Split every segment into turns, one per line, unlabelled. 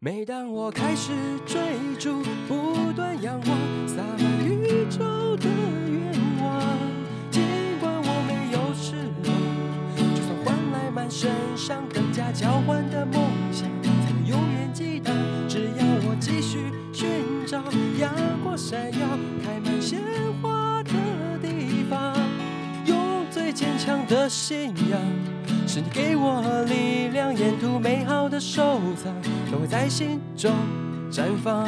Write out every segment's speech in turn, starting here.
每当我开始追逐，不断仰望，洒满宇宙的愿望。尽管我没有翅膀，就算换来满身伤，更加交换的梦想，才能永远激荡。只要我继续寻找，阳光闪耀，开满鲜花的地方，用最坚强的信仰。是你给我力量，沿途美好的收藏都会在心中绽放。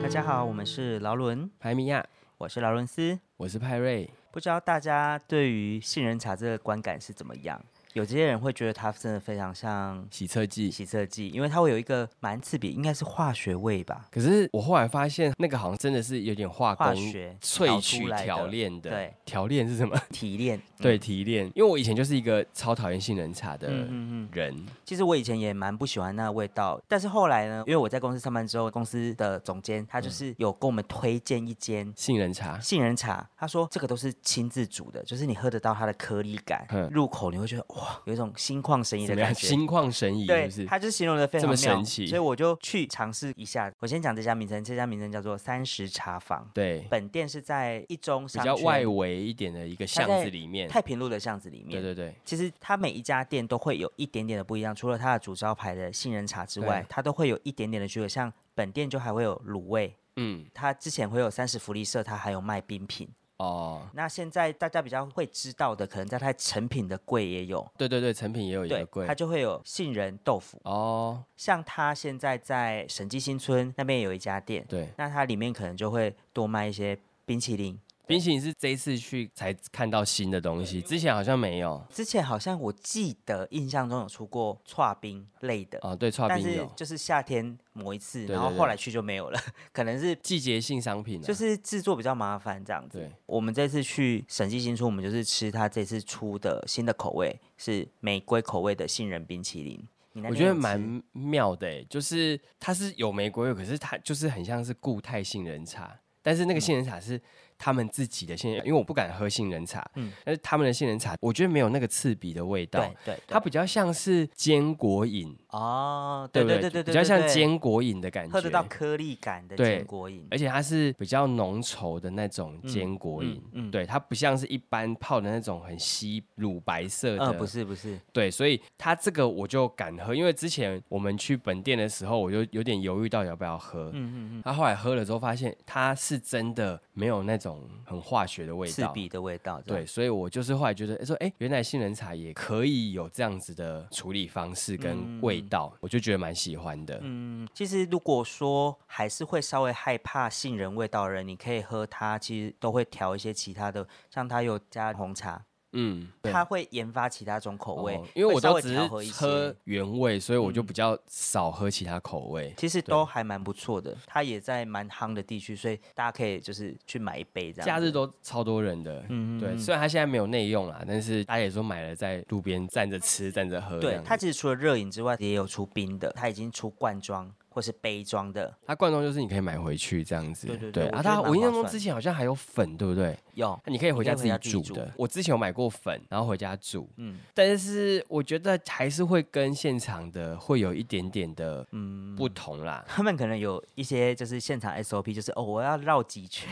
大家好，我们是劳伦，
排米亚，
我是劳伦斯。
我是派瑞。
不知道大家对于杏仁茶这个观感是怎么样？有些人会觉得它真的非常像
洗车剂。
洗色剂，因为它会有一个蛮刺鼻，应该是化学味吧？
可是我后来发现，那个好像真的是有点化工
化学
萃
搞
取
出来的
调炼的。
对，
调炼是什么？
提炼。嗯
对，，提炼。因为我以前就是一个超讨厌杏仁茶的
嗯嗯嗯。
人，
其实我以前也蛮不喜欢那个味道，但是后来呢，因为我在公司上班之后，公司的总监他就是有跟我们推荐一间
杏仁茶。
杏仁茶，他说这个都是亲自煮的，就是你喝得到它的颗粒感
嗯，
入口你会觉得哇，有一种心旷神怡
怎
的
么样？
感觉。
心旷神怡是
对
不，是？
他就形容的非
这
常
么
妙，
神奇
所以我就去尝试一下。我先讲这家名称，这家名称叫做三十茶坊，
对，
本店是在一中
比
商
较
圈
外围一点的一个巷子里面。
太平路的巷子里面。
对对对，
其实它每一家店都会有一点点的不一样，除了它的主招牌的杏仁茶之外
对，
它都会有一点点的区别。像本店就还会有卤味，
嗯，
它之前会有三十福利社，它还有卖冰品。
哦，
那现在大家比较会知道的，可能在它成品的柜也有，
对对对，成品也有一个
对，
柜
它。就会有杏仁豆腐。
哦，
像它现在在审计新村那边有一家店，
对，
那它里面可能就会多卖一些冰淇淋。
冰淇淋是这一次去才看到新的东西，之前好像没有。
之前好像我记得印象中有出过串冰类的，
哦，对，刨
但
冰
是
有
就是夏天磨一次，
对
然后
对
后
对
来去就没有了，可能是
季节性商品、啊，
就是制作比较麻烦这样子。
对
我们这次去审计新出，我们就是吃它这次出的新的口味是玫瑰口味的杏仁冰淇淋。你那
我
天
觉
有
得
吃
蛮妙的、欸，就是它是有玫瑰味，可是它就是很像是固态杏仁茶，但是那
嗯
个杏仁茶是他们自己的杏仁，因为我不敢喝杏仁茶，
嗯
但是他们的杏仁茶，我觉得没有那个刺鼻的味道
对，对
它
对
比较像是坚果饮，
哦，
对
对
不
对对对
比
对，
较像
对
坚果饮的感觉，
喝得到颗粒感的
对
坚果饮，嗯
而且它是比较浓稠的那种坚果饮，
嗯嗯嗯
对，它不像是一般泡的那种很稀乳白色的，
嗯，不是不是，
对，所以它这个我就敢喝，因为之前我们去本店的时候，我就有点犹豫到底要不要喝。
嗯嗯
他、后来喝了之后，发现它是真的没有那种很化学的
嗯，
味
刺
道。
鼻的味道，这样
对，，所以我就是后来觉得，诶说哎、诶原来杏仁茶也可以有这样子的处理方式跟味道，我就觉得蛮喜欢的。
嗯，其实如果说还是会稍微害怕杏仁味道的人，你可以喝它，其实都会调一些其他的，像它有加红茶，
嗯，对
它会研发其他种口味，
哦因为我
会稍
都
微
只
调和一
是喝
些，嗯
原味，所以我就比较少喝其他口味。
其实都还蛮不错的。它也在蛮夯的地区，所以大家可以就是去买一杯这样子。
假日都超多人的，
嗯
对，虽然它现在没有内用啦，但是大家也说买了在路边站着吃、站着喝这
对
样子。
它其实除了热饮之外，也有出冰的，它已经出罐装或是杯装的，
它罐装就是你可以买回去这样子。
对对对我
啊，
觉得
它
蛮
我印象
划
中
算
之前好像还有粉，对不对？啊
有
那你可以回家自
你可以回家
己
自己
煮
煮
的。我之前有买过粉，然后回家煮，嗯
嗯，
但是我觉得还是会跟现场的会有一点点的嗯不同啦。
他们可能有一些就是现场 SOP，就是哦，我要绕几圈，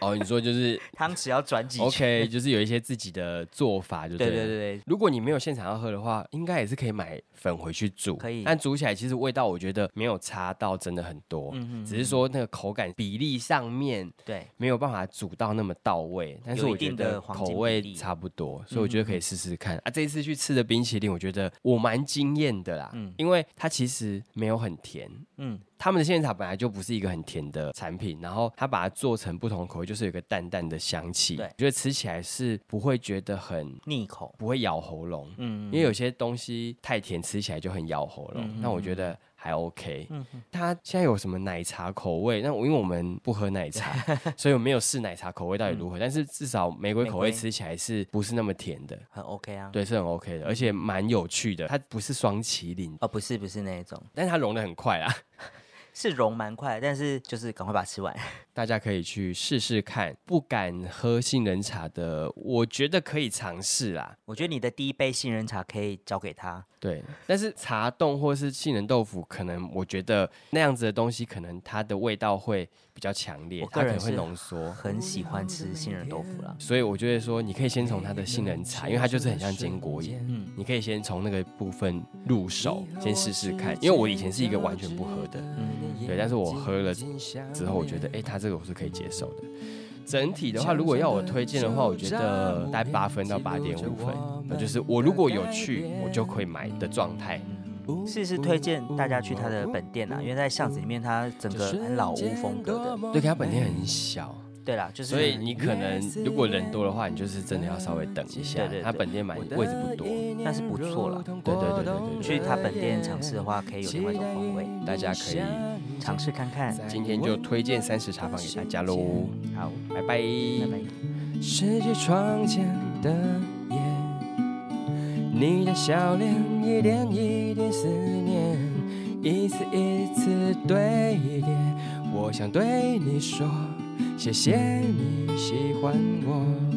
哦，你说就是
汤匙要转 几圈。
OK，就是有一些自己的做法，就
对
对
对
了
对对，
如果你没有现场要喝的话，应该也是可以买粉回去煮，
可以
但煮起来其实味道我觉得没有差到真的很多，
嗯嗯
只是说那个口感比例上面
对，
没有办法煮到那么到位，但是
有一
我觉
定的
得
黄
口
金比
味
例嗯
差不多，所以我觉得可以试试看、啊。这一次去吃的冰淇淋，我觉得我蛮惊艳的啦，
嗯
因为它其实没有很甜。
嗯，
他们的现场本来就不是一个很甜的产品，然后它把它做成不同口味，就是有一个淡淡的香气，
对
我觉得吃起来是不会觉得很
腻口，
不会咬喉咙，
嗯，
因为有些东西太甜，吃起来就很咬喉咙。
嗯
那我觉得还 OK。它现在有什么奶茶口味？那我因为我们不喝奶 茶，所以我没有试奶茶口味到底如何。但是至少玫瑰口味
嗯玫瑰
吃起来是不是那么甜的？
很 OK 啊。，
对，是很 OK 的，而且蛮有趣的。它不是双麒麟，
哦，不是不是那一种，
但是它融的很快啊。
是融蛮快，但是就是赶快把它吃完。
大家可以去试试看。不敢喝杏仁茶的，我觉得可以尝试啦。
我觉得你的第一杯杏仁茶可以交给他，
对，但是茶冻或是杏仁豆腐，可能我觉得那样子的东西，可能它的味道会比较强烈
我，个
它可能
人
会
是
浓缩。
很喜欢吃杏仁豆腐啦。
所以我觉得说，你可以先从它的杏仁茶，因为它就是很像坚果盐，
嗯，
你可以先从那个部分入手，先试试看。因为我以前是一个完全不喝的，
嗯
对，但是我喝了之后，我觉得，哎、它这个我是可以接受的。整体的话，如果要我推荐的话，我觉得大概八分到八点五分，那就是我如果有去，我就可以买的状态。
是是推荐大家去他的本店啊，因为在巷子里面，它整个很老屋风格的。
对，可它本店很小，
对啦，就是
所以你可能如果人多的话，你就是真的要稍微等一下
对对。对
它本店买位置不多，
但是不错啦。
对对对对对
去
对，
他本店尝试的话，可以有另外一种风味，
大家可以
尝试看看。
今天就推荐三十茶坊给大家喽，
好，
拜拜。
拜拜。
拾起窗前的烟，你的笑脸一点一滴思念，一次一次堆叠。我想对你说，谢谢你喜欢我。